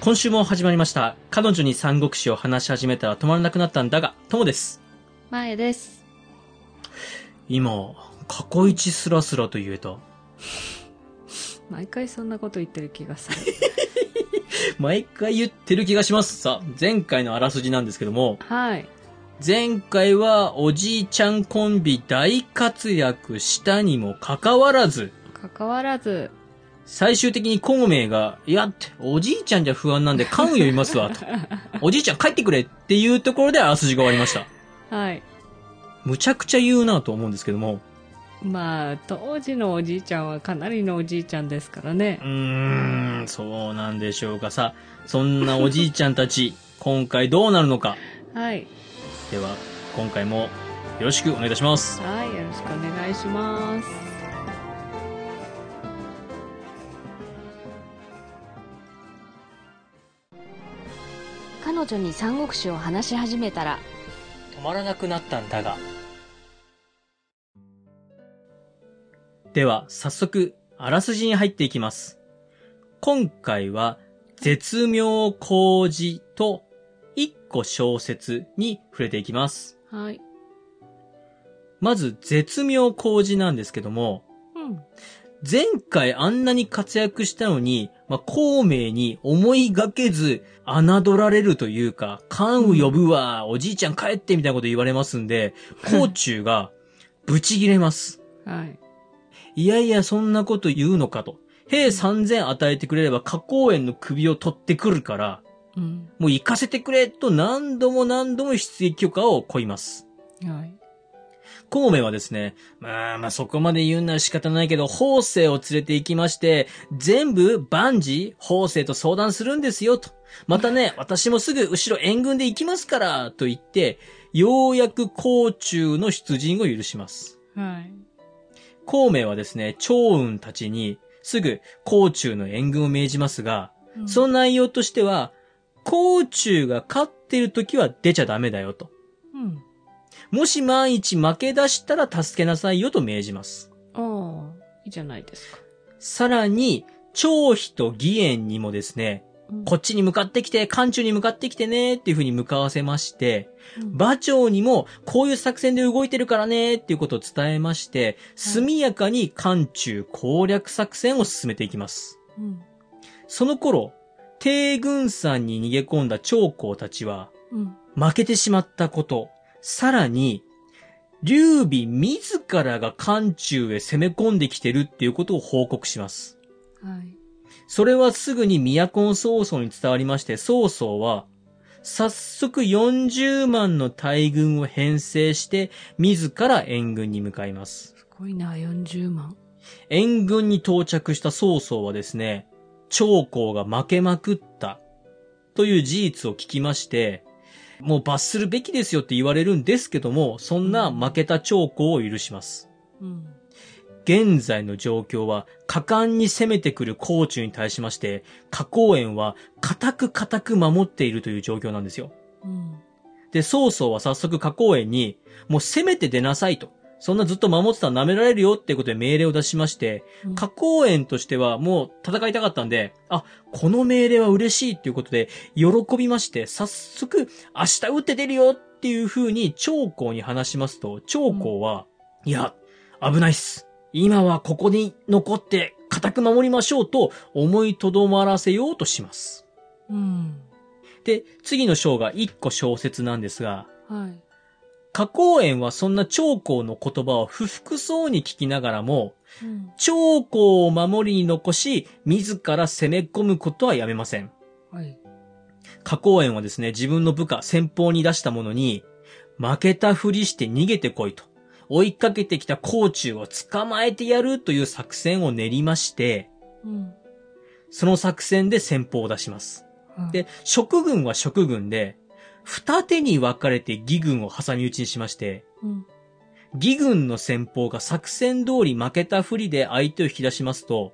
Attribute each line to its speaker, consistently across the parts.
Speaker 1: 今週も始まりました。彼女に三国志を話し始めたら止まらなくなったんだが、ともです。
Speaker 2: 前です。
Speaker 1: 今、過去一スラスラと言えた。
Speaker 2: 毎回そんなこと言ってる気がす る。
Speaker 1: 毎回言ってる気がします。さあ、前回のあらすじなんですけども、
Speaker 2: はい。
Speaker 1: 前回はおじいちゃんコンビ大活躍したにもかかわらず、
Speaker 2: 関わらず、
Speaker 1: 最終的に孔明が、いやって、おじいちゃんじゃ不安なんで缶を読みますわ、と。おじいちゃん帰ってくれっていうところであらすじが終わりました。
Speaker 2: はい。
Speaker 1: むちゃくちゃ言うなと思うんですけども、
Speaker 2: まあ、当時のおじいちゃんはかなりのおじいちゃんですからね
Speaker 1: う。ーん、そうなんでしょうかさ。そんなおじいちゃんたち、 今回どうなるのか。
Speaker 2: はい。
Speaker 1: では、今回もよろしくお願いいたします。
Speaker 2: はい、よろしくお願いします。
Speaker 3: 彼女に三国志を話し始めたら
Speaker 1: 止まらなくなったんだが。では、早速、あらすじに入っていきます。今回は、絶妙工事と、一個小説に触れていきます。
Speaker 2: はい。
Speaker 1: まず、絶妙工事なんですけども、
Speaker 2: うん。
Speaker 1: 前回あんなに活躍したのに、まあ、孔明に思いがけず、侮られるというか、関羽呼ぶわ、おじいちゃん帰ってみたいなこと言われますんで、
Speaker 2: う
Speaker 1: 甲
Speaker 2: ん
Speaker 1: 冑が、ブチ切れます。
Speaker 2: はい。
Speaker 1: いやいや、そんなこと言うのかと。兵3000与えてくれれば、加工園の首を取ってくるから、
Speaker 2: うん。
Speaker 1: もう行かせてくれと何度も何度も出撃許可をこいます。
Speaker 2: はい。
Speaker 1: 孔明はですね、まあまあそこまで言うなら仕方ないけど、法政を連れて行きまして、全部万事、法政と相談するんですよ、と。またね、私もすぐ後ろ援軍で行きますから、と言って、ようやく甲冑の出陣を許します。
Speaker 2: はい。
Speaker 1: 孔明はですね、趙雲たちに、すぐ甲冑の援軍を命じますが、
Speaker 2: うん
Speaker 1: その内容としては、甲冑が勝ってる時は出ちゃダメだよ、と。
Speaker 2: うん。
Speaker 1: もし万一負け出したら助けなさいよと命じます。
Speaker 2: ああ、いいじゃないですか。
Speaker 1: さらに、張飛と義援にもですね、
Speaker 2: うん
Speaker 1: こっちに向かってきて、漢中に向かってきてね、っていう風に向かわせまして、
Speaker 2: うん
Speaker 1: 馬長にも、こういう作戦で動いてるからね、っていうことを伝えまして、速やかに漢中攻略作戦を進めていきます。
Speaker 2: うん。
Speaker 1: その頃、帝軍山に逃げ込んだ長江たちは、
Speaker 2: うん。
Speaker 1: 負けてしまったこと、さらに、劉備自らが漢中へ攻め込んできてるっていうことを報告します。
Speaker 2: はい。
Speaker 1: それはすぐに都の曹操に伝わりまして、曹操は、早速40万の大軍を編成して、自ら援軍に向かいます。
Speaker 2: すごいな、40万。
Speaker 1: 援軍に到着した曹操はですね、長江が負けまくった、という事実を聞きまして、もう罰するべきですよって言われるんですけども、そんな負けた長江を許します。
Speaker 2: うん。
Speaker 1: 現在の状況は、果敢に攻めてくる高知に対しまして、花公園は固く固く守っているという状況なんですよ。
Speaker 2: うん。
Speaker 1: で、曹操は早速花公園に、もう攻めて出なさいと。そんなずっと守ってたら舐められるよっていうことで命令を出しまして、
Speaker 2: うん
Speaker 1: 花公園としてはもう戦いたかったんで、あ、この命令は嬉しいっていうことで、喜びまして、早速、明日撃って出るよっていう風に長江に話しますと、長江は、いや、危ないっす。今はここに残って、固く守りましょうと思いとどまらせようとします。
Speaker 2: うん。
Speaker 1: で、次の章が一個小説なんですが、
Speaker 2: はい。
Speaker 1: 花公園はそんな長江の言葉を不服そうに聞きながらも、
Speaker 2: うん。
Speaker 1: 長江を守りに残し、自ら攻め込むことはやめません。
Speaker 2: はい。
Speaker 1: 花公園はですね、自分の部下、先方に出したものに、負けたふりして逃げてこいと。追いかけてきた甲冑を捕まえてやるという作戦を練りまして、
Speaker 2: うん。
Speaker 1: その作戦で先方を出します。
Speaker 2: はい、
Speaker 1: で、職軍は職軍で、二手に分かれて義軍を挟み撃ちにしまして、
Speaker 2: うん。
Speaker 1: 義軍の先方が作戦通り負けたふりで相手を引き出しますと、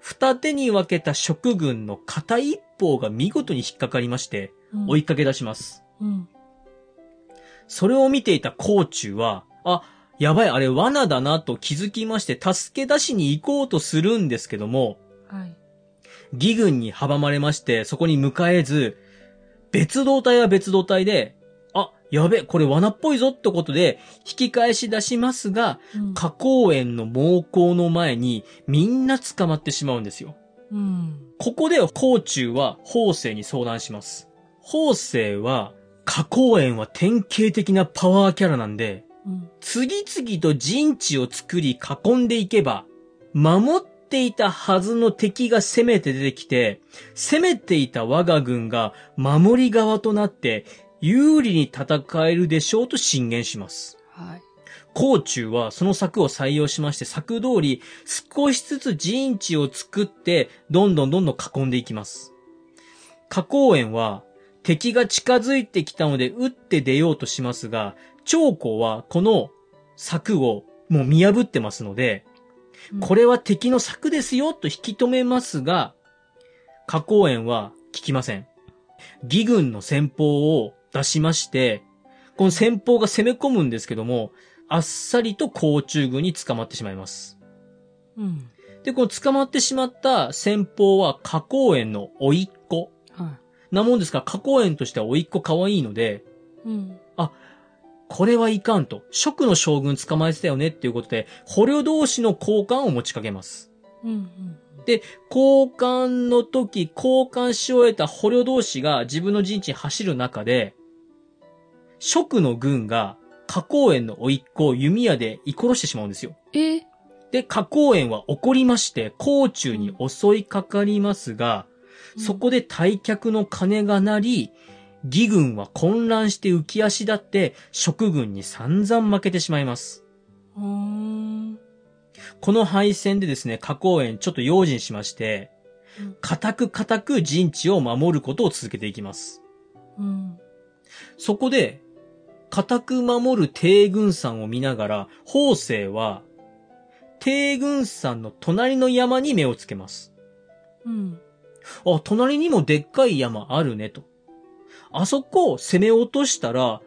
Speaker 1: 二手に分けた職軍の片一方が見事に引っかかりまして、
Speaker 2: うん
Speaker 1: 追いかけ出します。
Speaker 2: うん。
Speaker 1: それを見ていた甲冑は、あ、やばい、あれ罠だなと気づきまして、助け出しに行こうとするんですけども、
Speaker 2: はい。
Speaker 1: 義軍に阻まれまして、そこに向かえず、別動隊は別動隊で、あ、やべ、これ罠っぽいぞってことで、引き返し出しますが、
Speaker 2: うん
Speaker 1: 花公園の猛攻の前に、みんな捕まってしまうんですよ。
Speaker 2: うん。
Speaker 1: ここで、甲虫は、法政に相談します。法政は、花公園は典型的なパワーキャラなんで、
Speaker 2: うん。
Speaker 1: 次々と陣地を作り囲んでいけば、守っていたはずの敵が攻めて出てきて、攻めていた我が軍が守り側となって、有利に戦えるでしょうと進言します。
Speaker 2: はい。
Speaker 1: 甲虫はその策を採用しまして、策通り少しずつ陣地を作って、どんどんどんどん囲んでいきます。花公園は敵が近づいてきたので撃って出ようとしますが、長江はこの策をもう見破ってますので、こ
Speaker 2: れ、
Speaker 1: れは敵の策ですよと引き止めますが、花公園は聞きません。義軍の先方を出しまして、この先方が攻め込むんですけども、あっさりと甲虫軍に捕まってしまいます。
Speaker 2: うん。
Speaker 1: で、この捕まってしまった先方は花公園の甥いっ子。
Speaker 2: は
Speaker 1: なもんですから、花公園としては甥いっ子可愛いので、
Speaker 2: い。うん。
Speaker 1: これはいかんと。職の将軍捕まえてたよねっていうことで、捕虜同士の交換を持ちかけます。
Speaker 2: うん。うん。
Speaker 1: 交換の時、交換し終えた捕虜同士が自分の陣地に走る中で、職の軍が花公園の甥いっ子を弓矢で射殺してしまうんですよ。
Speaker 2: え
Speaker 1: で、花公園は怒りまして、甲虫に襲いかかりますが、そこで退却の鐘が鳴り、義軍は混乱して浮き足立って、職軍に散々負けてしまいます。
Speaker 2: うん。
Speaker 1: この敗戦でですね、花公園ちょっと用心しまして
Speaker 2: うん、
Speaker 1: 固く固く陣地を守ることを続けていきます。
Speaker 2: うん。
Speaker 1: そこで、固く守る帝軍山を見ながら、法政は、帝軍山の隣の山に目をつけます。
Speaker 2: うん。
Speaker 1: あ、隣にもでっかい山あるね、と。あそこを攻め落としたら、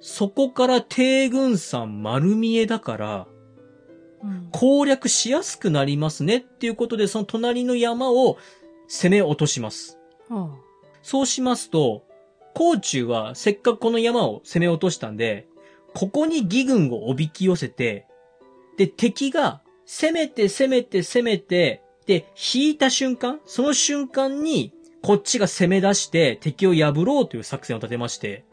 Speaker 1: そこから帝軍山丸見えだから、
Speaker 2: うん。
Speaker 1: 攻略しやすくなりますねっていうことで、その隣の山を攻め落とします。
Speaker 2: は
Speaker 1: そうしますと、甲虫はせっかくこの山を攻め落としたんで、ここに義軍をおびき寄せて、で、敵が攻めて攻めて攻めて、で、引いた瞬間、その瞬間に、こっちが攻め出して敵を破ろうという作戦を立てまして、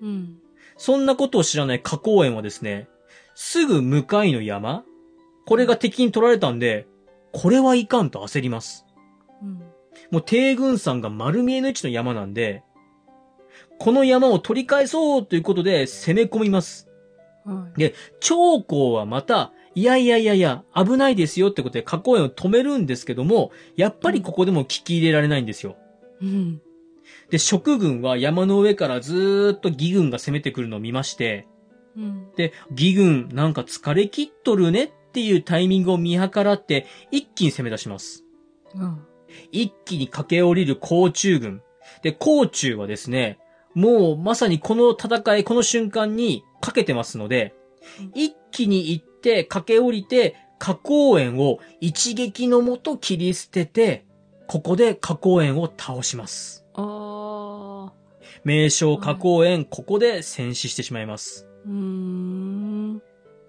Speaker 2: あ。うん。
Speaker 1: そんなことを知らない花公園はですね、すぐ向かいの山これが敵に取られたんで、これはいかんと焦ります。
Speaker 2: うん。
Speaker 1: もう帝軍山が丸見えの位置の山なんで、この山を取り返そうということで攻め込みます。
Speaker 2: はい。
Speaker 1: 長江はまた、いやいやいやいや、危ないですよってことで花公園を止めるんですけども、やっぱりここでも聞き入れられないんですよ。
Speaker 2: うん。
Speaker 1: で、職軍は山の上からずーっと義軍が攻めてくるのを見まして、
Speaker 2: うん。
Speaker 1: で、義軍なんか疲れ切っとるねっていうタイミングを見計らって、一気に攻め出します。
Speaker 2: うん。
Speaker 1: 一気に駆け降りる甲虫軍。で、甲虫はですね、もうまさにこの戦い、この瞬間にかけてますので
Speaker 2: うん、
Speaker 1: 一気に行って、駆け降りて、花公園を一撃のもと切り捨てて、ここで花公園を倒します。
Speaker 2: ああ。
Speaker 1: 名称花公園、ここで戦死してしまいます。
Speaker 2: うーん。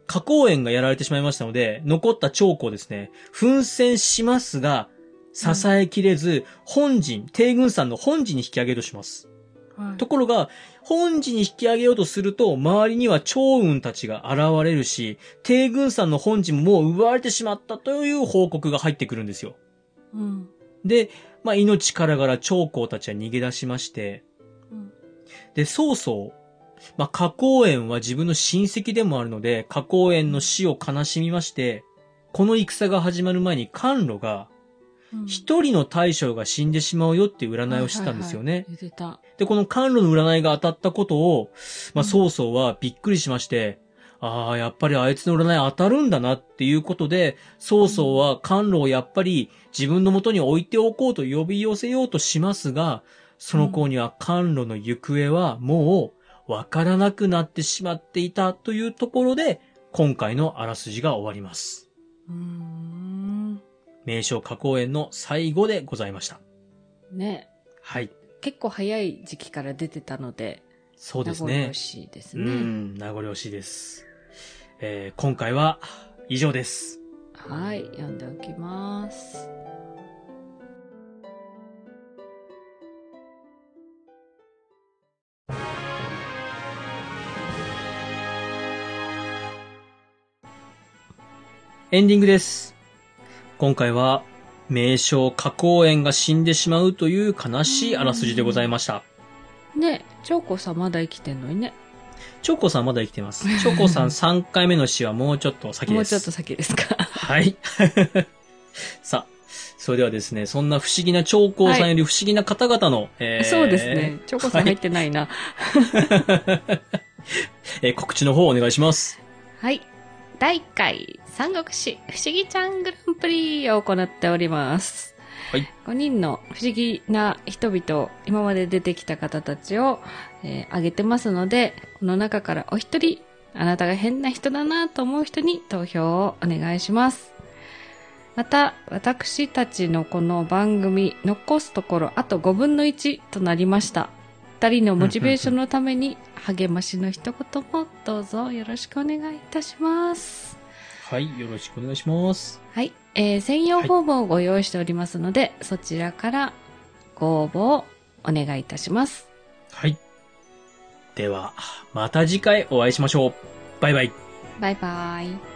Speaker 1: 花公園がやられてしまいましたので、残った長江ですね、奮戦しますが、支えきれず、本陣、帝軍山の本陣に引き上げようとします。
Speaker 2: はい。
Speaker 1: ところが、本陣に引き上げようとすると、周りには長雲たちが現れるし、帝軍山の本陣ももう奪われてしまったという報告が入ってくるんですよ。
Speaker 2: うん。
Speaker 1: で、まあ、命からがら長江たちは逃げ出しまして、
Speaker 2: うん
Speaker 1: で、曹操、まあ、花公園は自分の親戚でもあるので、花公園の死を悲しみまして、この戦が始まる前に甘露が、
Speaker 2: うん
Speaker 1: 一人の大将が死んでしまうよっていう占いをしてたんですよね。
Speaker 2: はいはいはい言ってた。
Speaker 1: で、この甘露の占いが当たったことを、まあ、
Speaker 2: うん
Speaker 1: 曹操はびっくりしまして、ああ、やっぱりあいつの占い当たるんだなっていうことで、曹操は甘露をやっぱり自分の元に置いておこうと呼び寄せようとしますが、その子には甘露の行方はもうわからなくなってしまっていたというところで、今回のあらすじが終わります。
Speaker 2: うーん。
Speaker 1: 名称加工園の最後でございました。
Speaker 2: ね。
Speaker 1: はい。
Speaker 2: 結構早い時期から出てたので、
Speaker 1: そうです
Speaker 2: 名残
Speaker 1: ね
Speaker 2: 惜。しいです
Speaker 1: う
Speaker 2: ね。
Speaker 1: ん、名残惜しいです。えー今回は以上です。
Speaker 2: はい、読んでおきます。
Speaker 1: エンディングです。今回は、名称加工園が死んでしまうという悲しいあらすじでございました。
Speaker 2: ね、長子さんまだ生きてんのにね。
Speaker 1: チョコさんまだ生きて ます。チョコさん3回目の死はもうちょっと先です。
Speaker 2: もうちょっと先ですか。
Speaker 1: はい。 さあ、それではですね、そんな不思議な長江さんより不思議な方々の、えー
Speaker 2: そうですね。。長子さん入ってないな。
Speaker 1: えー告知の方お願いします。
Speaker 2: はい。第1回、三国志不思議ちゃんグランプリを行っております。
Speaker 1: はい
Speaker 2: 5人の不思議な人々、今まで出てきた方たちを、えー挙げてますので、この中からお一人、あなたが変な人だなと思う人に投票をお願いします。また、私たちのこの番組、残すところあと5分の1となりました。二人のモチベーションのために励ましの一言もどうぞよろしくお願いいたします。
Speaker 1: はい、よろしくお願いします。
Speaker 2: はい、えー専用フォームをご用意しておりますので、そちらからご応募をお願いいたします。
Speaker 1: はい。では、また次回お会いしましょう。バイバイ。
Speaker 2: バイバイ。